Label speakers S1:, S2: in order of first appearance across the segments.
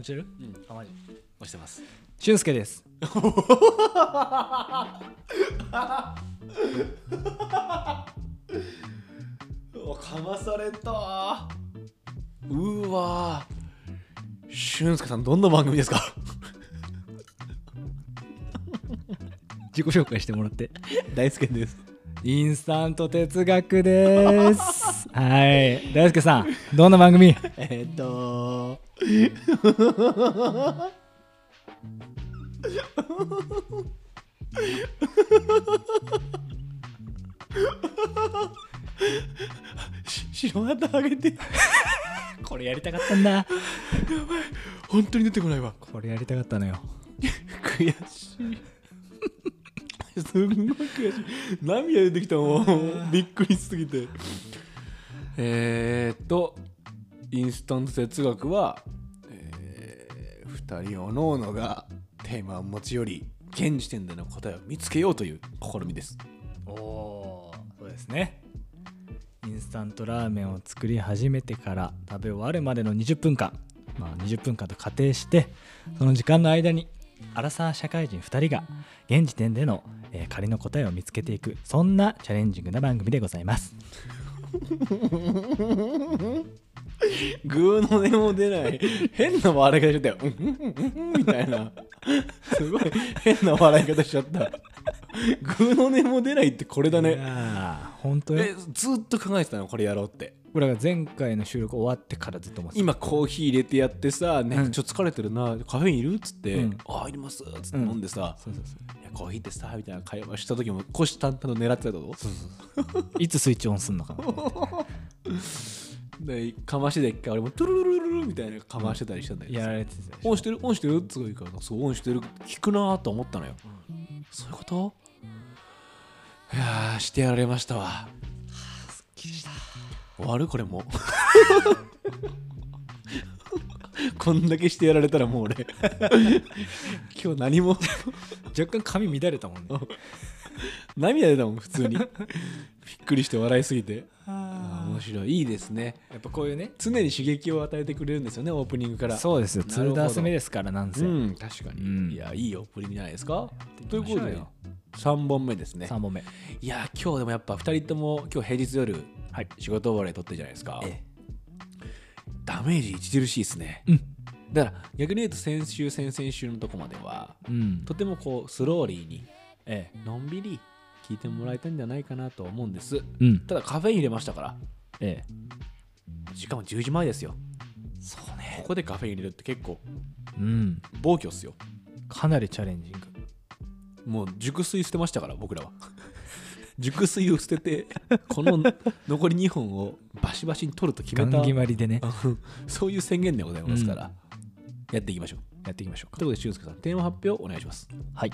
S1: じてる
S2: うん
S1: あマジ
S2: 押してます
S1: 俊介です
S2: おかまされたうわー俊介さんどんな番組ですか
S1: 自己紹介してもらって
S2: 大輔です
S1: インスタント哲学です はい大輔さんどんな番組
S2: えーっとし白旗あげて
S1: これやりたかったんだ
S2: 本当に出てこないわ
S1: これやりたかったのよ
S2: 悔しいすんごい悔しい涙出てきたも んびっくりしすぎてえー、っとインスタント哲学は、えー、2人おのおのがテーマを持ち寄り現時点での答えを見つけようという試みです
S1: おおそうですねインスタントラーメンを作り始めてから食べ終わるまでの20分間まあ20分間と仮定してその時間の間にアラサー社会人2人が現時点での、えー仮の答えを見つけていくそんなチャレンジングな番組でございます
S2: グーの音も 出ない変な笑い方しちゃったようんうんうんうんみたいなすごい変な笑い方しちゃったグーの音も出ないってこれだね
S1: ああ本当
S2: え
S1: よ
S2: ずーっと考えてたのこれやろうって
S1: 俺が前回の収録終わってからずっと思ってた
S2: 今コーヒー入れてやってさ、ね
S1: うん
S2: ちょっと疲れてるなカフェインいるっつって「
S1: うん
S2: ああいります」っつって飲んでさ、
S1: そうそうそう
S2: いやコーヒーってさみたいな会話した時も虎視眈々と狙ってたと
S1: いつスイッチオンすんのかなと 思って
S2: でかましてた一回俺もトゥルルルルルみたいなかましてたりしたんだけど
S1: や
S2: さ
S1: られてたでし
S2: オ
S1: ょ
S2: ンしてるオンしてるって言うからそうオンしてる聞くなーと思ったのよ、そういうこといやーしてやられましたわ終わるこれもう こんだけしてやられたらもう俺今日何も
S1: 若干髪乱れたもんね
S2: 涙出たもん普通にびっくりして笑いすぎてあ
S1: あ
S2: ー面白いいいですね
S1: ーやっぱこういうね
S2: 常に刺激を与えてくれるんですよねオープニングから
S1: そうですよ。
S2: な
S1: ツ
S2: るほど
S1: ーダース目ですからなんせ。
S2: うん、確かに。
S1: うん
S2: いや、いいオープニングじゃないですか。と
S1: て
S2: い
S1: いき
S2: う
S1: まし
S2: こ
S1: ょうよ
S2: とで、3本目ですね。
S1: 3本目。
S2: いや、今日でもやっぱ2人とも、今日平日夜、
S1: はい
S2: 仕事終わりで撮ってるじゃないですか。
S1: え
S2: ダメージ著しいですね。
S1: うん
S2: だから、逆に言うと、先週、先々週のとこまでは、
S1: うん。
S2: とてもこう、スローリーに、
S1: ええ。
S2: のんびり聞いてもらえたんじゃないかなと思うんです。
S1: うん。
S2: ただ、カフェイン入れましたから、
S1: ええ。
S2: 時間は10時前ですよ。
S1: そうね。
S2: ここでカフェイン入れるって結構、
S1: うん。
S2: 暴挙っすよ。
S1: かなりチャレンジング。
S2: もう熟睡捨てましたから僕らは 熟睡を捨ててこの残り2本をバシバシに取ると決
S1: ガ
S2: め
S1: ン
S2: た
S1: 決まりでね。
S2: そういう宣言でございますから、やっていきましょう
S1: やっていきましょうか。
S2: ということで俊介さんテーマ発表お願いします
S1: はい。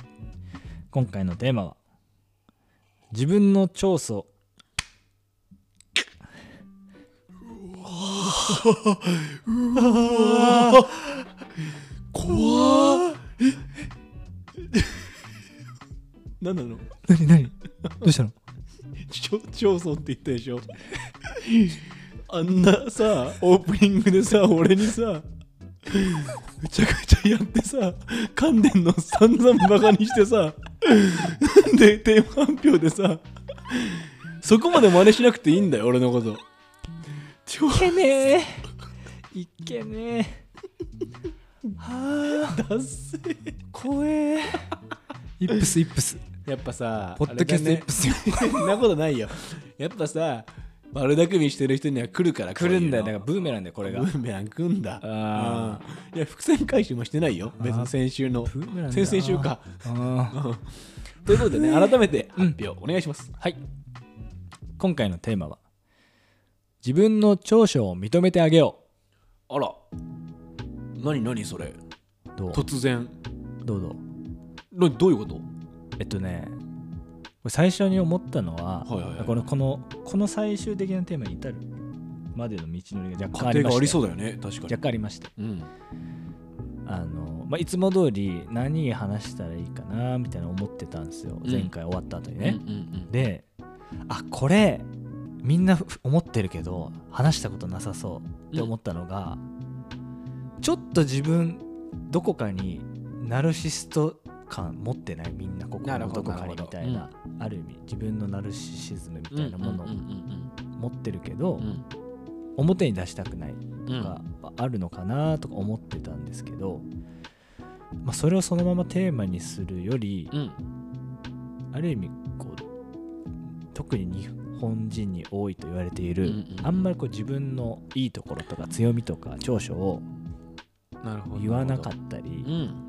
S1: 今回のテーマは、自分の長所。
S2: 怖っ 何なの
S1: なにな にどうしたの
S2: 長村って言ったでしょあんなさオープニングでさ俺にさめちゃくちゃやってさ噛んでんの散々バカにしてさなんでテーマ発表でさそこまで真似しなくていいんだよ俺のこと超
S1: いけねえ。いけねえ。はあ、
S2: ダッセー
S1: 怖え。イップスイップス。
S2: やっぱさ
S1: ポッドキャストイップスよ。
S2: あれだねそんなことないよやっぱさ丸だくみしてる人には来るから
S1: 来るんだよ。
S2: こ
S1: だ
S2: うい
S1: から
S2: うの
S1: ブーメランだよ、これが
S2: ブ。ーメラン来んだ。
S1: あ
S2: うんいや、伏線回収もしてないよ。別に先週の。
S1: ブーメランだ
S2: 先々週か。
S1: ああ。
S2: ということでね、改めて発表お願いします。
S1: はい今回のテーマは自分の長所を認めてあげよ
S2: あら、なになにそれ。
S1: うどう
S2: 突然。
S1: どうどう
S2: などういうこと
S1: えっとねこれ最初に思ったのは、
S2: はいはいはい
S1: このこのこの最終的なテーマに至るまでの道のりが若干あ
S2: 家
S1: りま
S2: 庭があり
S1: して
S2: そうだよね、確かに
S1: 若。干ありまして
S2: うん。
S1: あの、まあ、いつも通り何話したらいいかなみたいな思ってたんですよ、
S2: うん
S1: 前回終わった後に
S2: うんうん
S1: ね、
S2: うん
S1: であこれみんなふ思ってるけど話したことなさそうって思ったのが、ちょっと自分どこかにナルシスト感持ってないみんなここ
S2: なる
S1: の
S2: ほど
S1: どこかに
S2: なる
S1: み
S2: ほど
S1: たいなある意味自分のナルシシズムみたいなものを
S2: うんうん
S1: 持ってるけど、
S2: うんうん
S1: 表に出したくない
S2: うんうん
S1: とかあるのかなとか思ってたんですけど、まあ、それをそのままテーマにするより、
S2: うん
S1: ある意味こう特に日本人に多いと言われている、
S2: うんうんうん
S1: あんまりこう自分のいいところとか強みとか長所を
S2: なるほど
S1: 言わなか
S2: た
S1: った
S2: う
S1: り
S2: ん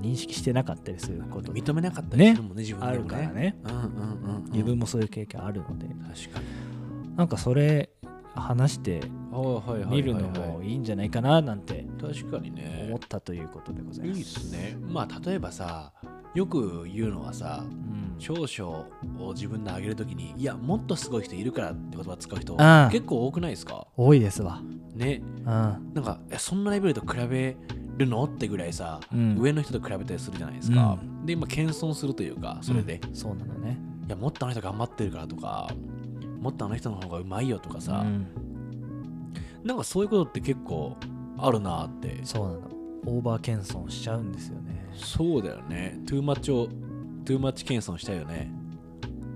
S1: 認識してなかったりする
S2: なる
S1: こ
S2: ほど
S1: と
S2: 認めなかったりするもんね自分
S1: あ
S2: で
S1: る
S2: も
S1: から
S2: ね
S1: ね
S2: うんうんうんうん
S1: 自分もそういう経験あるので
S2: 確かに
S1: なんかそれ話して
S2: はいはいはいはい
S1: 見るのもいいんじゃないかななんて
S2: 確かにね
S1: 思ったということでござい
S2: い
S1: ます。
S2: いっすねまあ例えばさよく言うのはさ
S1: うん
S2: 長所を自分で上げるときにいやもっとすごい人いるからって言葉使う人
S1: ああ
S2: 結構多くないですか
S1: 多いですわ。
S2: ね
S1: うん
S2: なんかえそんなレベルと比べるのってぐらいさ、
S1: うん
S2: 上の人と比べたりするじゃないですか、
S1: う
S2: で今謙遜するというかそれで、
S1: うんそうなのね。
S2: いやもっとあの人頑張ってるからとかもっとあの人の方がうまいよとか
S1: う、
S2: さ
S1: ん
S2: なんかそういうことって結構あるなって
S1: そうなの。オーバー謙遜しちゃうんですよね。
S2: そうだよねトゥーマッチをトゥーマッチ謙遜したよね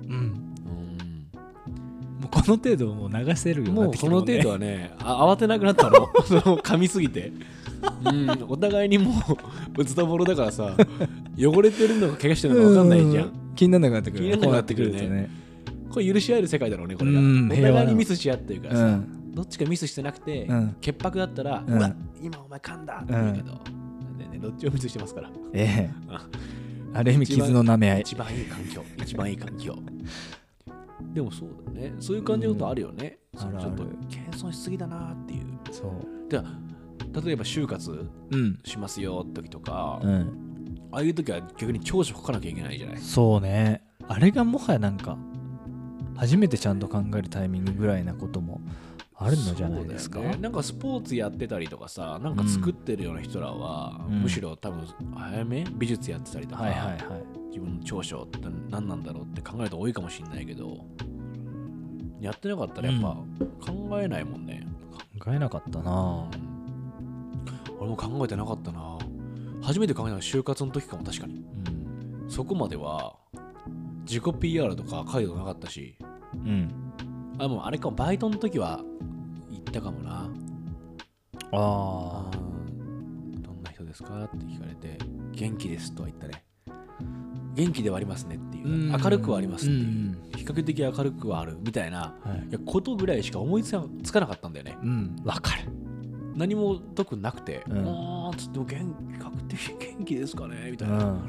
S1: うん。
S2: うん
S1: もうこの程度もう流せるようにな
S2: も
S1: っ
S2: う
S1: てき
S2: そ
S1: た
S2: の
S1: もんね
S2: 程度はねあ慌てなくなった のその噛みすぎてうんお互いにもうズタボロだからさ汚れてるのか怪我してるのか分かんないじゃん
S1: 気にならなくなってくる
S2: 気にならなくなってくるね
S1: こうなって
S2: これ許し合える世界だろうねこれが、
S1: うん
S2: お
S1: 平和
S2: 互い
S1: な
S2: にミスし合ってるか
S1: く
S2: ら
S1: る
S2: さ、
S1: とね
S2: どっちかミスしてなくて、
S1: うん
S2: 潔白だったら、
S1: う
S2: うんわ今お前噛んだって言うけど、でねどっちもミスしてますから
S1: うんええある意味傷の舐め合い
S2: 一番いい環境一番いい環境でもそうだねそういう感じのことあるよね、
S1: うん
S2: その
S1: あるある
S2: ちょっと謙遜しすぎだなっていう
S1: そう
S2: で例えば就活
S1: うん
S2: しますよって時とか、
S1: うん
S2: ああいう時は逆に長所書かなきゃいけないじゃない
S1: そうねあれがもはやなんか初めてちゃんと考えるタイミングぐらいなこともあるのじゃないですか
S2: そうだよねなんかスポーツやってたりとかさなんか作ってるような人らは、
S1: うん
S2: むしろ多分早め美術やってたりとか、
S1: はいはいはい
S2: 自分の長所って何なんだろうって考える人多いかもしれないけどやってなかったらやっぱ考えないもんね、
S1: 考えなかったな
S2: 俺も考えてなかったな初めて考えたのは就活の時かも確かに
S1: うん
S2: そこまでは自己 PR とか書いてなかったし
S1: うん
S2: あもうあれかもバイトの時は行ったかもな
S1: ああ
S2: うんどんな人ですかって聞かれて元気ですとは言ったね元気ではありますねっていううん明るくはありますっていうう比較的明るくはあるみたいな
S1: はい
S2: いやことぐらいしか思いつかつかなかったんだよね
S1: うんわかる
S2: 何も特になくて「
S1: うん
S2: ああ」つっても元気確定元気ですかねみ
S1: う
S2: たいな、
S1: ん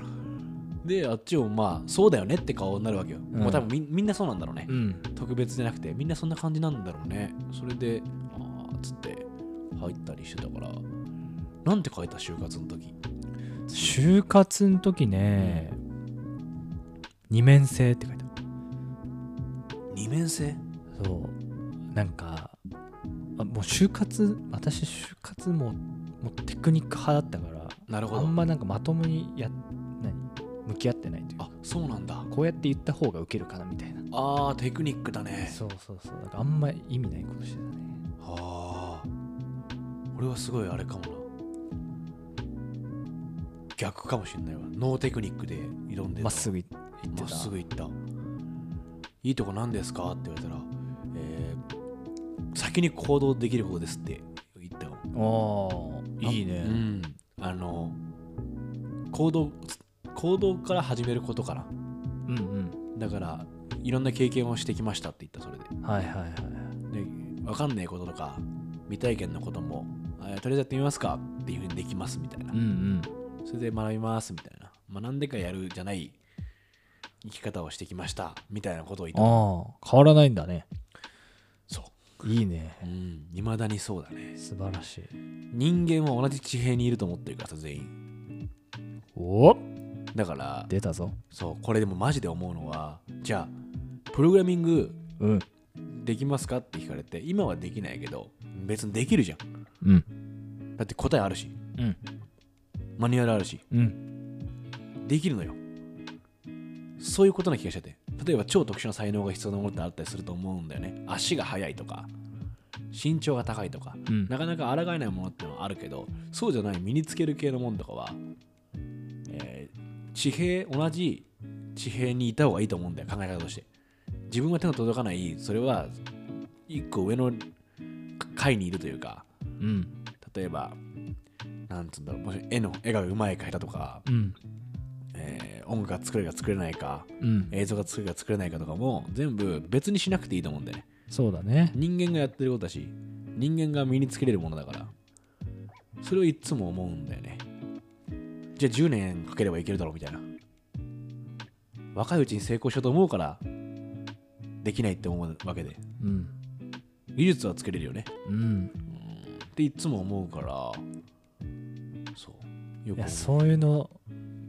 S2: であっちもまあそうだよねって顔になるわけよ、もう多分みみんなそうなんだろうね、
S1: うん
S2: 特別じゃなくてみんなそんな感じなんだろうねそれでああつって入ったりしてたからなんて書いた就活の時
S1: 就活の時ね、二面性って書いてあ
S2: 二面性
S1: るそうなんかあもう就活私就活ももうテクニック派だったから
S2: なるほ
S1: あ
S2: ど
S1: んまなんかまともにや何向き合ってないというか
S2: あそうなんだ
S1: こうやって言った方がウケるかなみたいな
S2: あーテクニックだね
S1: そうそうそうなんかあんま意味ないことしてたね
S2: ああ俺はすごいあれかもな逆かもしんないわノーテクニックで挑んでた
S1: まっすぐ言って
S2: まったすぐ行ったいいとこ何ですかって言われたら、えー先に行動できる方ですって言ったよ
S1: おーいいね
S2: うんあの行動行動から始めることかな
S1: うん
S2: だからいろんな経験をしてきましたって言ったそれで
S1: うんはいはいはい
S2: で分かんないこととか未体験のことも、えーとりあえずやってみますかっていうふうにできますみたいな、
S1: うん
S2: それで学びますみたいな学んでからやるじゃない生き方をしてきましたみたいなことを言
S1: うん
S2: った
S1: ああ変わらないんだね
S2: そう
S1: いいね
S2: うん未だにそうだね
S1: 素晴らしい
S2: 人間は同じ地平にいると思ってるからさ全員
S1: お
S2: だから
S1: 出たぞ
S2: そうこれでもマジで思うのはじゃあプログラミング
S1: うん
S2: できますかって聞かれて今はできないけど別にできるじゃん
S1: うん
S2: だって答えあるし
S1: うん
S2: マニュアルあるし
S1: うん
S2: できるのよそういうことな気がしてて例えば超特殊な才能が必要なものってあったりすると思うんだよね足が速いとか身長が高いとか、
S1: うん
S2: なかなか抗えないものってのはあるけどそうじゃない身につける系のものとかは、えー地平同じ地平にいた方がいいと思うんだよ考え方として自分は手の届かないそれは一個上の階にいるというか
S1: うん
S2: 例えばなんつうんだろうもし絵の絵がうまいか下手とか、
S1: うん
S2: えー音楽が作れるか作れないか
S1: うん
S2: 映像が作れるか作れないかとかも全部別にしなくていいと思うんだよね
S1: そうだね
S2: 人間がやってることだし人間が身につけれるものだからそれをいつも思うんだよねじゃあ10年かければいけるだろうみたいな若いうちに成功しようと思うからできないって思うわけで
S1: うん
S2: 技術はつけれるよね
S1: うん
S2: うんっていつも思うからそうよ
S1: いや
S2: 思う
S1: そういうの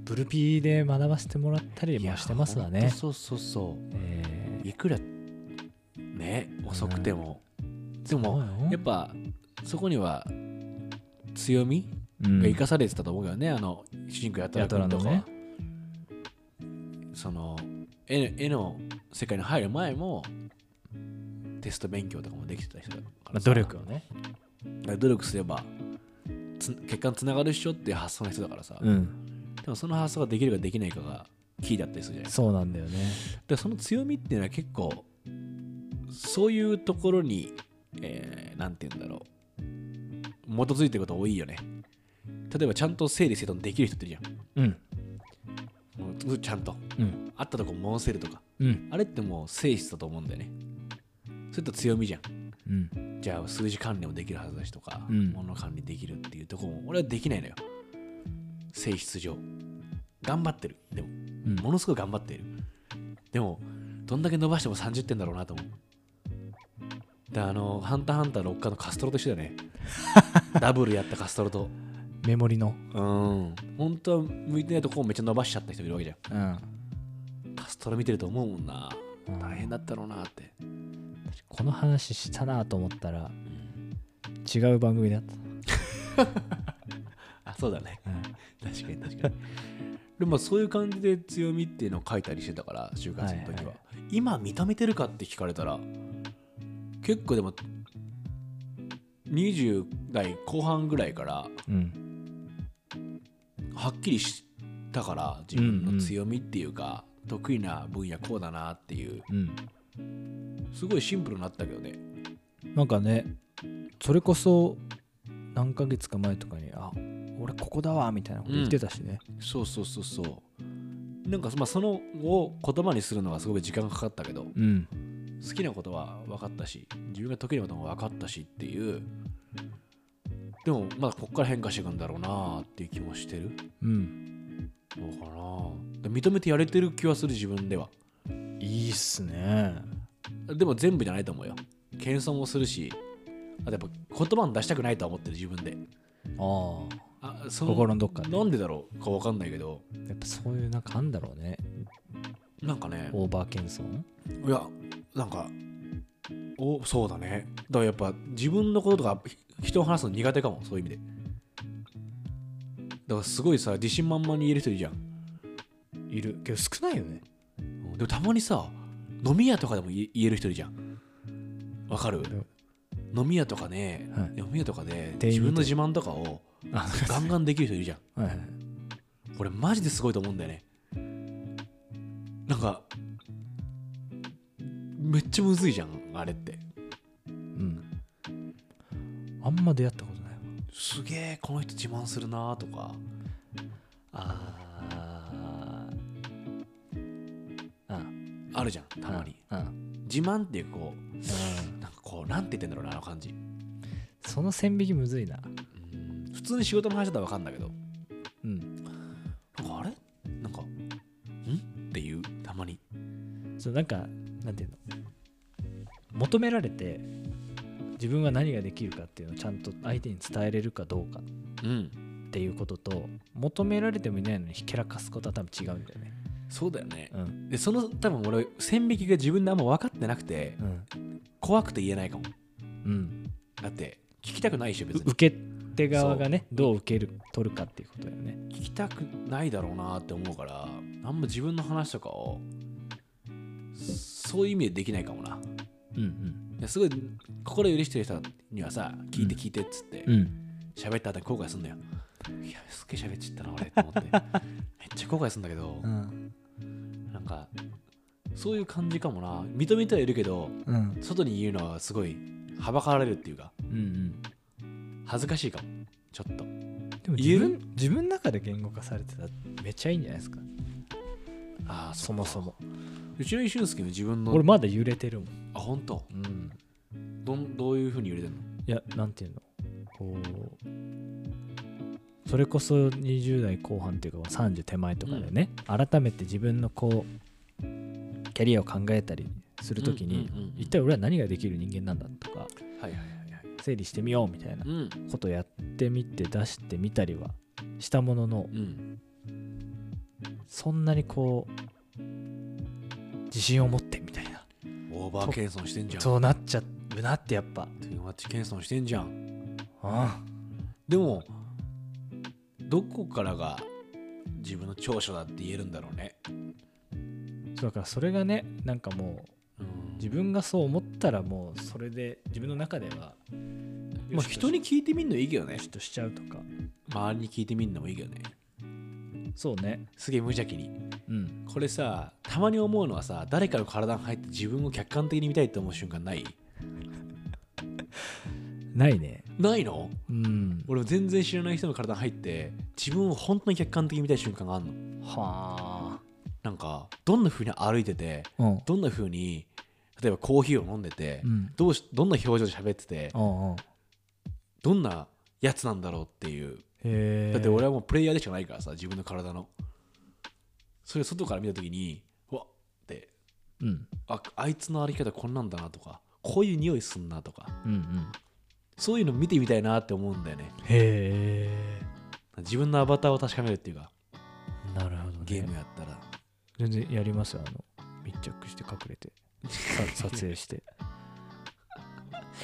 S1: ブルピーで学ばせてもらったり
S2: いや
S1: もしてますわ
S2: ほん
S1: ね
S2: と、そうそうそ
S1: え
S2: ういくらね遅くても、で
S1: ー、
S2: もやっぱそこには強み
S1: うん
S2: が生かされてたと思うけどね、あの主人公やったら君とかは
S1: やた
S2: その絵の絵の世界に入る前もテスト勉強とかもできてた人だか
S1: まあ
S2: ら
S1: 努力をね
S2: 努力すればつ結果につながるっしょっていう発想の人だからさ、
S1: うん
S2: でもその発想ができるかできないかがキーだったりするじゃないですか
S1: そうなんだよね
S2: でその強みっていうのは結構そういうところに、えーなんて言うんだろう基づいてること多いよね例えばちゃんと整理整頓できる人っている
S1: う
S2: じ
S1: ん
S2: ゃんもうちゃんと
S1: うん
S2: あったとこ戻せるとか
S1: うん
S2: あれってもう性質だと思うんだよねそれって強みじゃん
S1: うん
S2: じゃあ数字管理もできるはずだしとか、
S1: うん
S2: 物管理できるっていうところも俺はできないのよ性質上頑張ってるでも
S1: うん
S2: ものすごい頑張っているでもどんだけ伸ばしても30点だろうなと思うであの「ハンターハンター」6巻のカストロと一緒 だよねダブルやったカストロと
S1: メモリの
S2: うん本当は向いてないとこをめっちゃ伸ばしちゃった人いるわけじゃ
S1: うん
S2: んカストロ見てると思うもんな
S1: うん
S2: 大変だったろうなって、
S1: この話したなと思ったら違う番組だった、
S2: あそうだね
S1: うん
S2: 確かに確かに でもそういう感じで強みっていうのを書いたりしてたから就活の時は、
S1: はいはい
S2: 今認めてるかって聞かれたら結構でも20代後半ぐらいから
S1: うん
S2: はっきりしたから自分の強みっていうか、得意な分野こうだなっていう
S1: うん、
S2: すごいシンプルになったけどね
S1: なんかねそれこそ何ヶ月か前とかにあ俺ここだわみたいなこと言ってたしね、
S2: そうそうそうそうなんかまあそのを言葉にするのはすごい時間がかかったけど
S1: うん
S2: 好きなことは分かったし自分が得意なことも分かったしっていうでもまだこっから変化していくんだろうなっていう気もしてる
S1: うん
S2: のかなで認めてやれてる気はする自分ではい
S1: いっすね
S2: でも全部じゃないと思うよ謙遜もするしあとやっぱ言葉に出したくないとは思ってる自分で
S1: ああ
S2: あその
S1: 心のどっかで
S2: なんでだろうか分かんないけど
S1: やっぱそういうなんかあんだろうね
S2: なんかね
S1: オーバー謙遜
S2: いやなんかおそうだねだからやっぱ自分のこととかひ人を話すの苦手かもそういう意味でだからすごいさ自信満々に言える人いるじゃん
S1: いるけど少ないよね
S2: うんでもたまにさ飲み屋とかでも言え言える人いるじゃんわかる飲み屋とかね、
S1: はい
S2: 飲み屋とかで
S1: 店員
S2: 自分の自慢とかを
S1: あ
S2: ガンガンできる人いるじゃん
S1: はいはい
S2: 俺マジですごいと思うんだよねなんかめっちゃむずいじゃんあれって
S1: うんあんま出会ったことないわ
S2: すげえこの人自慢するなとか
S1: ああ
S2: あるじゃんたまに
S1: うん
S2: 自慢っていうこうなんかこうなんて言ってんだろうなあの感じ
S1: その線引きむずいな
S2: うん普通に仕事の話だったら分かんだけど
S1: うん
S2: なんかあれなんかんっていうたまに
S1: そうなんかなんていうの求められて自分は何ができるかっていうのをちゃんと相手に伝えれるかどうか
S2: うん
S1: っていうことと求められてもいないのにひけらかすことは多分違うんだよね
S2: そうだよね
S1: うん
S2: でその多分俺線引きが自分であんま分かってなくて
S1: うん
S2: 怖くて言えないかも
S1: うん
S2: だって聞きたくないでしょ別に
S1: 受け手側がねどう受ける取るかっていうことだよね
S2: 聞きたくないだろうなって思うからあんま自分の話とかをそそういう意味でできないかもな
S1: うん
S2: ですごい心許してる人にはさ聞いて聞いてっつって
S1: うん
S2: 喋、った後に後悔すんだよいやすっげえ喋っちゃったな俺 と思ってめっちゃ後悔すんだけど、
S1: うん
S2: なんかそういう感じかもな認めてはいるけど
S1: うん
S2: 外に言うのはすごいはばかられるっていうか
S1: うん
S2: 恥ずかしいかもちょっと
S1: でも自
S2: 言える
S1: 分自分の中で言語化されてたらめっちゃいいんじゃないですか
S2: ああそ
S1: そもそも
S2: うちの俊介も自分の
S1: 俺まだ揺れてるもん、
S2: あ本当
S1: うん、
S2: どんどういうふうに揺れてんの
S1: いやなんていうのこうそれこそ20代後半っていうか30手前とかでね、改めて自分のこうキャリアを考えたりするときに、
S2: うんうんうんうん
S1: 一体俺は何ができる人間なんだとか
S2: はいはいはいはい
S1: 整理してみようみたいな
S2: うん
S1: ことやってみて出してみたりはしたものの
S2: うん
S1: そんなにこう自信を持ってみたいな
S2: オーバー謙遜してんじゃん
S1: そうなっちゃうなってやっぱ
S2: トゥーマッチ謙遜してんじゃん
S1: あ
S2: でもどこからが自分の長所だって言えるんだろうね
S1: そうだからそれがねなんかもう
S2: うん
S1: 自分がそう思ったらもうそれで自分の中では
S2: まあ人に聞いてみるのいいけどね
S1: 嫉妬しちゃうとか
S2: 周りに聞いてみるのもいいけどね
S1: そうね
S2: すげえ無邪気に
S1: うん
S2: これさたまに思うのはさ誰かの体に入って自分を客観的に見たいって思う瞬間ない
S1: ないね
S2: ないの
S1: うん
S2: 俺も全然知らない人の体に入って自分を本当に客観的に見たい瞬間があるの
S1: は
S2: なんかどんな風に歩いてて
S1: あうん
S2: どんな風に例えばコーヒーを飲んでて、
S1: うん
S2: どうしどんな表情で喋ってて
S1: うんうん
S2: どんなやつなんだろうっていう
S1: へえ
S2: だって俺はもうプレイヤーでしかないからさ自分の体のそれを外から見た時にうわっって
S1: うん
S2: ああいつの歩き方こんなんだなとかこういう匂いすんなとか
S1: うんうん
S2: そういうの見てみたいなって思うんだよね
S1: へえ
S2: 自分のアバターを確かめるっていうか
S1: なるほどね
S2: ゲームやったら
S1: 全然やりますよあの密着して隠れて さ撮影して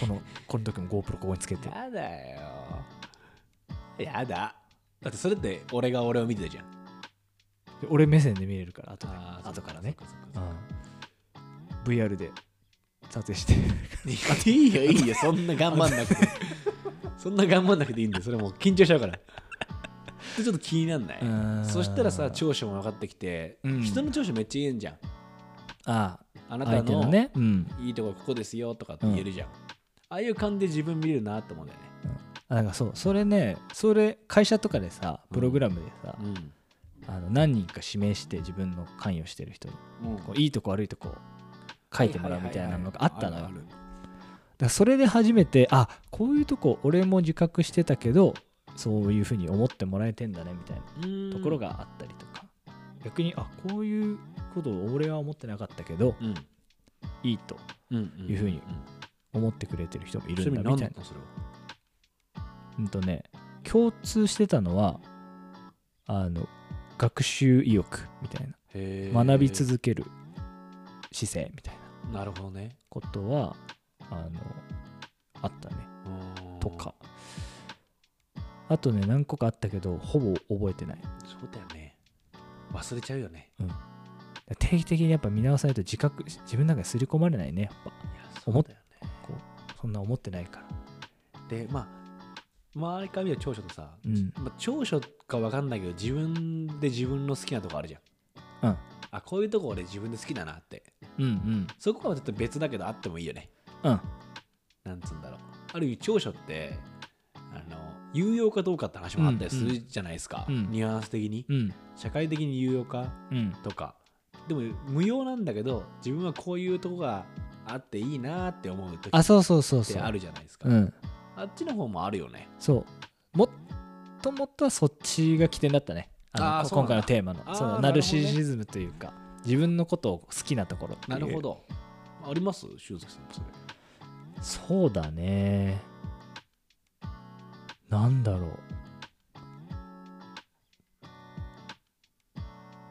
S1: このこの時も GoPro ここにつけ て
S2: やだよやだだってそれって俺が俺を見てたじゃん
S1: で俺目線で見れるから後で
S2: あー
S1: 後からね
S2: そっそっ
S1: う
S2: か
S1: ん VR で撮影して
S2: そっかいいよいいよそんな頑張んなくてそんな頑張んなくていいんだよそれもう緊張しちゃうからでちょっと気になんないそしたらさ長所も分かってきて、
S1: うん
S2: 人の長所めっちゃ言えんじゃん
S1: あ
S2: あ
S1: あ
S2: なた
S1: 相手の
S2: の
S1: ね、うん、
S2: いいとこここですよとかって言えるじゃん、ああいう感じで自分見れるなと思うんだよね
S1: あなんかそうそれねそれ会社とかでさプログラムでさ、あの何人か指名して自分の関与してる人に
S2: うん、
S1: こういいとこ悪いとこ書いてもらうみたいなのがあったのよ
S2: は
S1: だ
S2: い
S1: か
S2: はいはいはい
S1: らそれで初めてあこういうとこ俺も自覚してたけどそういうふうに思ってもらえてんだねみたいな
S2: あるうん
S1: ところがあったりとか、逆にあこういうことを俺は思ってなかったけど
S2: うん
S1: いいと
S2: うんん
S1: いうふうに
S2: ん
S1: 思ってくれてる人もい
S2: ち
S1: る
S2: なんみ
S1: だみたいな
S2: に何だったのそれは
S1: うんとね共通してたのはあの学習意欲みたい
S2: へ
S1: な
S2: ー
S1: 学び続ける姿勢みたいな
S2: なるほどね
S1: ことはあのあったね
S2: うん
S1: とかあとね何個かあったけどほぼ覚えてない
S2: そうだよね忘れちゃうよね
S1: 定期的にやっぱ見直さないと自覚自分の中に刷り込まれないねやっぱ
S2: いやそうだよね
S1: そんな思ってないから
S2: でまあ周りから見る長所とさ、
S1: うん
S2: まあ、長所か分かんないけど自分で自分の好きなとこあるじゃん
S1: うん
S2: あこういうとこ俺自分で好きだなって
S1: うん
S2: そこはちょっと別だけどあってもいいよね
S1: うんうん
S2: なんつうんだろうある意味長所ってあの有用かどうかって話もあったりするじゃないですか、
S1: うんうん
S2: ニュアンス的に、
S1: うん
S2: 社会的に有用か
S1: うん
S2: とかでも無用なんだけど自分はこういうとこがあっていいなって思う時
S1: あそうそうそう
S2: っ
S1: そ
S2: て
S1: う
S2: あるじゃないですか
S1: うん
S2: あっちの方もあるよね
S1: そうもっともっとはそっちが起点だったねあの
S2: あー
S1: こ
S2: そうなん
S1: 今回の
S2: だ
S1: テーマの
S2: あー
S1: その
S2: な
S1: ナ
S2: る
S1: ル
S2: ほどね
S1: シシズムというか自分のことを好きなところってい
S2: な
S1: う
S2: るほどあります俊介さんそれ
S1: そうだねなんだろう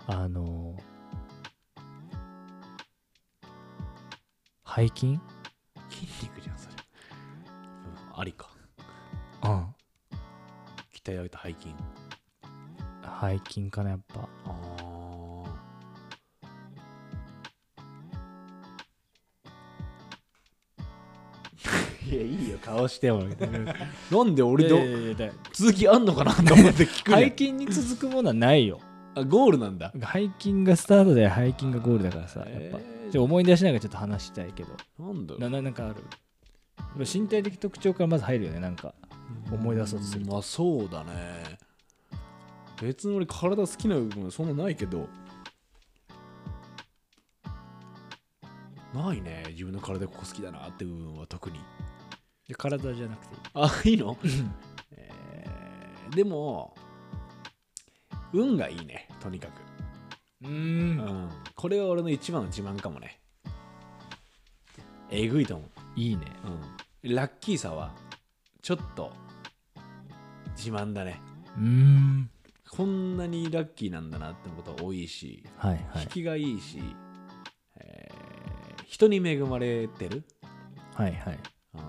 S1: あの背筋
S2: 筋肉じゃんそれ、うんありか
S1: うん
S2: 鍛え上げた背筋
S1: 背筋かなやっぱ
S2: あーいやいいよ顔してもなんで俺
S1: い
S2: と
S1: やいやいやだか
S2: 続きあんのかなと思って聞く
S1: ら
S2: ね
S1: 背筋に続くものはないよ
S2: あゴールなんだ
S1: 背筋がスタートで背筋がゴールだからさやっぱ、
S2: えー
S1: ちょ思い出しながらちょっと話したいけど
S2: なんだろう
S1: なななんかある身体的特徴からまず入るよねなんか思い出そうとする
S2: んまあそうだね別に俺体好きな部分はそんなないけどないね自分の体ここ好きだなって部分は特に
S1: いや体じゃなくていい
S2: あいいの、えーでも運がいいねとにかく、
S1: うー
S2: うんん、これは俺の一番の自慢かもねえぐいと思う
S1: いいね
S2: うん、ラッキーさはちょっと自慢だね
S1: うーん
S2: こんなにラッキーなんだなってこと多いし、
S1: はいは
S2: 引
S1: い
S2: きがいいし、えー人に恵まれてる、
S1: はいはい
S2: うん、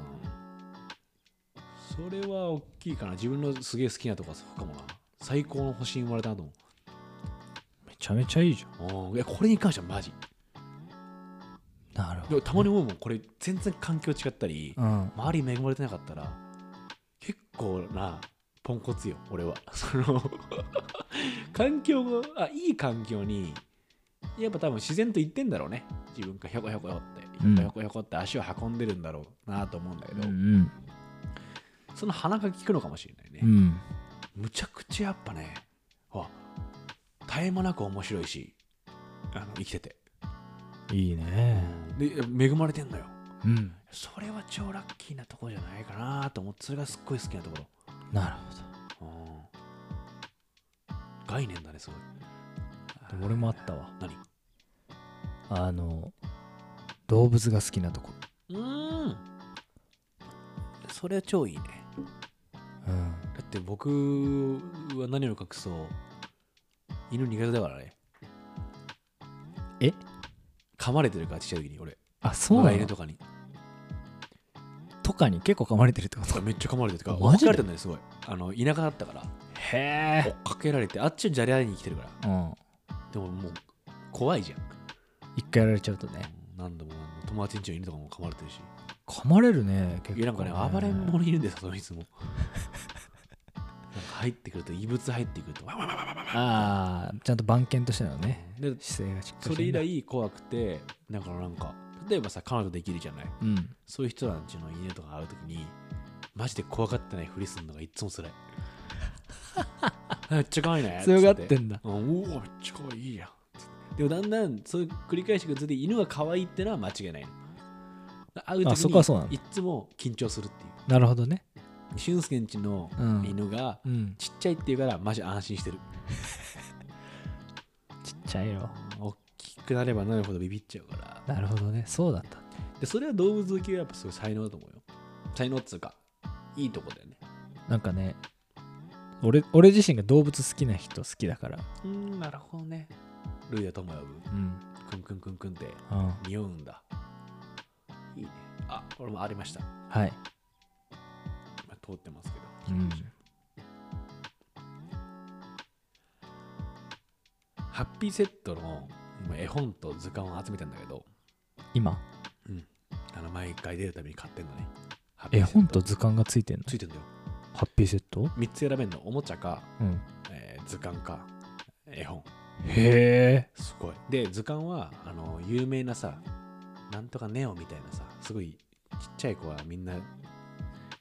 S2: それは大きいかな自分のすげえ好きなとこはそうかもな最高の星に生まれたなと思
S1: めちゃめちゃいいじゃん
S2: う、うん、いやこれに関してはマジ
S1: なるほ
S2: で
S1: ど
S2: もたまに思うもんこれ全然環境違ったり
S1: うん
S2: 周り恵まれてなかったら結構なポンコツよ俺は その環境があいい環境にやっぱ多分自然と言ってんだろうね自分がひょこひょこひょこって
S1: うん
S2: ひょこひょこひょこって足を運んでるんだろうなと思うんだけど、
S1: うん
S2: その鼻が効くのかもしれないね、
S1: うん
S2: むちゃくちゃやっぱねあ絶え間なく面白いしあの生きてて
S1: いいね
S2: で恵まれてんのよ
S1: うん
S2: それは超ラッキーなとこじゃないかなと思ってそれがすっごい好きなところ
S1: なるほ
S2: うん概念だねすごい
S1: どでも俺もあったわ
S2: 何
S1: あの動物が好きなとこ
S2: うんそれは超いいね
S1: うん
S2: だって僕は何を隠そう犬苦手だからね
S1: え
S2: 噛まれてるからちっちゃい時に俺
S1: あそうな
S2: 野良犬
S1: の
S2: とかに
S1: とかに結構噛まれてるってこと
S2: めっちゃ噛まれてるから追っ
S1: マ
S2: か
S1: ジで
S2: けられてるんだよすごいあの田舎だったから
S1: へ
S2: 追っかけられてあっちはじゃれ合いに来てるから
S1: うん
S2: でももう怖いじゃん
S1: 一回やられちゃうとね
S2: 何度も何度も友達んちの犬とかも噛まれてるし
S1: 噛まれるね結構
S2: いやなんかね暴れん坊にいるんですよそのいつも なんか入ってくると異物入ってくるとわわわわわわわ
S1: ああちゃんと番犬としてのね
S2: で
S1: 姿勢がしっかり
S2: それ以
S1: してんだ
S2: 来怖くてだからなんか例えばさ彼女できるじゃない
S1: うん
S2: そういう人たちの家とか会うときにマジで怖がってないふりするのがいっつも 辛いめっちゃ可愛いね
S1: 強がって
S2: つ
S1: んだ
S2: うんうわめっちゃ可愛いいいやんつってでもだんだんそういう繰り返していくにつれて犬が可愛いってのは間違いないの会う
S1: あそこはそうな
S2: と
S1: ん
S2: きに
S1: だ
S2: いっつも緊張するっていう
S1: なるほどね
S2: 俊介んちの
S1: うん
S2: 犬が
S1: うん
S2: ちっちゃいっていうからマジ安心してる、
S1: ちっちゃいよ
S2: 大きくなればなるほどビビっちゃうから
S1: なるほどねそうだった
S2: でそれは動物好きはやっぱすごい才能だと思うよ才能っつうかいいとこだよね
S1: なんかね俺俺自身が動物好きな人好きだから
S2: うんなるほどねルイだとも呼ぶ
S1: うん
S2: クンクンクンクンって
S1: あ
S2: 匂うんだいいねあ俺もありました
S1: はい
S2: 今通ってますけど、
S1: うん
S2: ハッピーセットの今絵本と図鑑を集めてんだけど
S1: 今
S2: あの毎回出るたびに買ってんのねハッピ
S1: 絵
S2: ーセット
S1: 本と図鑑がついてんの
S2: ついてんだよ
S1: ハッピーセット
S2: 3つ選べんのおもちゃか
S1: うん
S2: えー図鑑か絵本
S1: へえ
S2: すごいで図鑑はあの有名なさなんとかネオみたいなさすごいちっちゃい子はみんな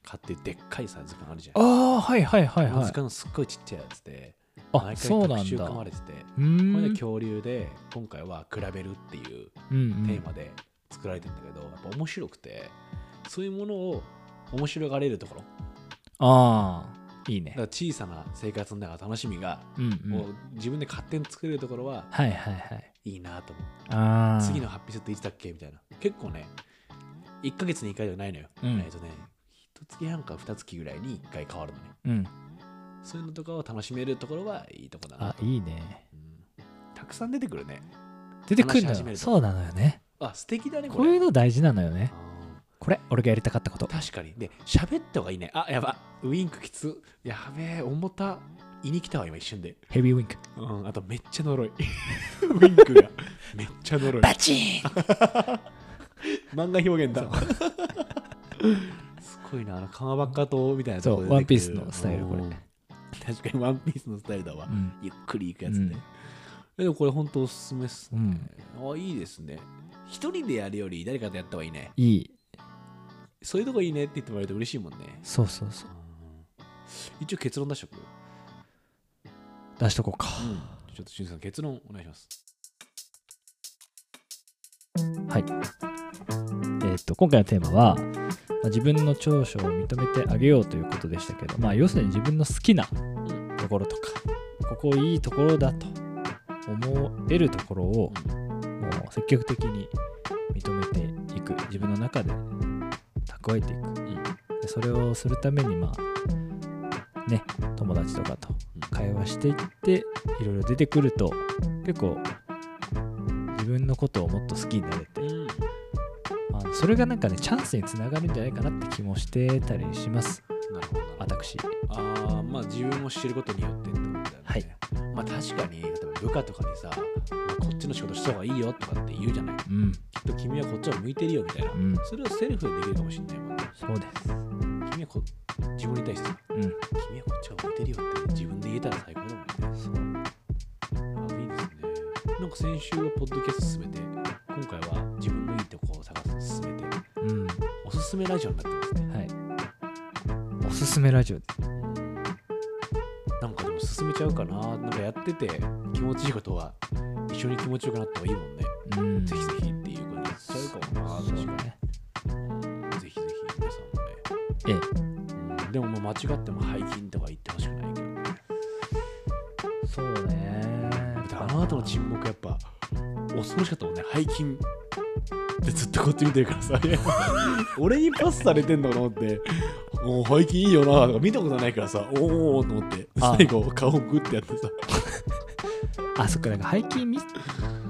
S2: 買ってでっかいさ図鑑あるじゃん
S1: ああはいはいはい
S2: あの
S1: は
S2: 図
S1: い
S2: 鑑のすっごいちっちゃいやつで
S1: あそうなんだ
S2: 組まれてて
S1: うー
S2: これで
S1: ん
S2: 恐竜で今回は「比べる」っていう
S1: うんう
S2: テ
S1: ん
S2: ーマで作られてんだけど、やっぱ面白くてそういうものを面白がれるところ
S1: ああいい
S2: だ
S1: ね
S2: から小さな生活の中の楽しみが、
S1: うんう
S2: も
S1: ん
S2: う自分で勝手に作れるところは
S1: はいはいはい
S2: いいなと思う
S1: ああ
S2: 次のハッピーセットいつだっけみたいな。結構ね、1ヶ月に1回じゃないのよ。
S1: うん
S2: えっとね、1月半か2月ぐらいに1回変わるのね。
S1: うん
S2: そういうのとかを楽しめるところはいいとこだな
S1: あ。いいね
S2: うんたくさん出てくるね。
S1: 出てくるの
S2: 話し始め
S1: よ
S2: ると
S1: そうなのよね
S2: あ、素敵だね、こ
S1: こ
S2: れ。
S1: ういうの大事なのよね
S2: あ
S1: これ俺がやりたかったこと
S2: ー確かに。で、喋った方がいいね。あ、やば。ウィンクきつ。やべえ、重た。胃に来たわ、今一瞬で。
S1: ヘビーウィンク
S2: うん、あとめっちゃ呪い。 ウィンクが。めっちゃ呪い。
S1: チン
S2: 漫画表現だ。こいいなあの川ばっかとみたいなとこ
S1: そう
S2: で
S1: ワンピ
S2: 出
S1: ース
S2: てくる
S1: のスタイルこれ
S2: うん確かにワンピースのスタイルだわ、
S1: うん
S2: ゆっくり行くやつね、えでもこれ本当おすすめっす
S1: う
S2: ね、
S1: ん
S2: あいいですね一人でやるより誰かとやった方がいいね
S1: いい
S2: そういうとこいいねって言ってもらえると嬉しいもんね
S1: そうそうそう
S2: 一応結論出しとく、
S1: 出しとこうか
S2: うん、ちょっとしゅんさん結論お願いします
S1: えー、と今回のテーマは、まあ自分の長所を認めてあげようということでしたけど、まあ、要するに自分の好きなところとかここいいところだと思えるところをもう積極的に認めていく自分の中で蓄えていく
S2: うん
S1: でそれをするためにまあね友達とかと会話していっていろいろ出てくると結構自分のことをもっと好きになれて
S2: うん
S1: あのそれがなんかねチャンスにつながるんじゃないかなって気もしてたりします
S2: なるほどな
S1: 私
S2: あーまあ自分を知ることによってってことだよね、
S1: はい
S2: まあ確かに例えば部下とかにさ、まあこっちの仕事した方がいいよとかって言うじゃないきっ
S1: うん
S2: と君はこっちは向いてるよみたいな、
S1: うん
S2: それをセルフでできるかもしれないもんね
S1: そうです
S2: 君はこ自分に対してさ
S1: うん
S2: 君はこっちが向いてるよって自分で言えたら最高だもんね
S1: そう
S2: あいいですねなんか先週はポッドキャスト進めて今回は自分のいいとこを探す進めて
S1: うん
S2: おすすめラジオになってますね
S1: はいおすすめラジオ
S2: なんかでも進めちゃうかななんかやってて気持ちいいことは一緒に気持ちよくなった方がいいもんね、
S1: うん
S2: ぜひぜひっていう感じしちゃうかもな
S1: そう
S2: 確か
S1: ね
S2: にぜひぜひ皆さ
S1: え
S2: ん
S1: え
S2: もね、うん、でもまあ間違っても背筋とか言ってほしくないけどね
S1: そうね
S2: だってあの後の沈黙やっぱ恐ろしかったもんね背筋ってずっとこっち見てるからさ 俺にパスされてんのかと思って「おー背筋いいよな」とか見たことないからさ「おーおー」と思って
S1: あ
S2: 最後顔グッてやってさ
S1: あそっかなんか背筋見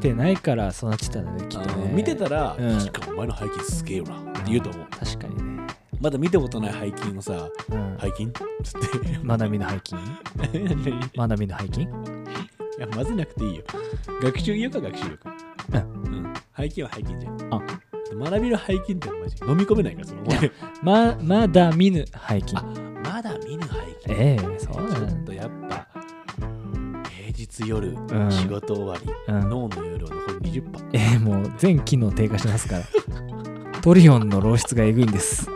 S1: てないからそうなっちゃったんだねきっと
S2: あ
S1: ね
S2: の見てたら、
S1: うん
S2: 確かにお前の背筋すげえよなって言うと思う。
S1: 確かにね、
S2: まだ見たことない背筋をさ、
S1: うん
S2: 背筋つって。
S1: まなみの背筋
S2: 何々い
S1: まなみの背筋
S2: や、混ぜなくていいよ。学習よか学習よか。
S1: う
S2: うん。背筋は背筋じゃん。
S1: あ
S2: 学びの背筋ってマジ飲み込めないから、そのお前。
S1: ままだ見ぬ背筋
S2: あまだ見ぬ背筋。
S1: ええそうな
S2: ちょっ
S1: んだ
S2: とやっぱ、平日夜、
S1: ん
S2: 仕事終わり、
S1: うん
S2: 脳の夜を残り20パー。
S1: えー、もう全機能低下してますから トリオンの漏出がえぐいんです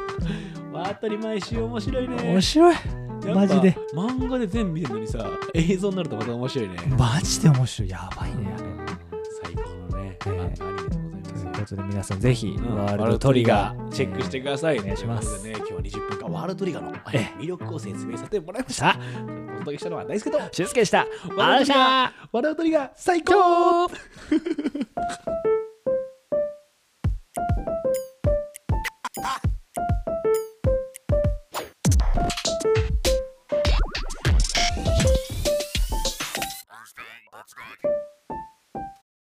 S2: わー当たり前し面白いね。
S1: 面白い
S2: やっぱ
S1: マジで
S2: 漫画で全部見てるのにさ映像になるとまた面白いね、
S1: マジで面白いやばいねあれ
S2: 最高のね、
S1: ええ
S2: 漫画アニメでござい
S1: と
S2: ま
S1: い
S2: す
S1: う
S2: よ
S1: ことで皆さんぜひ
S2: うん
S1: ワールドトリガー
S2: チェックしてください、
S1: えーお願いします
S2: ということでね、今日は20分間ワールドトリガーの
S1: ええ
S2: 魅力を説明させてもらいました。
S1: さあ
S2: お届けしたのは大好きと、ワ
S1: 俊介でしたあ
S2: ワー
S1: ら
S2: ル
S1: し
S2: ドトリガ
S1: ゃ
S2: ールドトリガー最高
S1: ー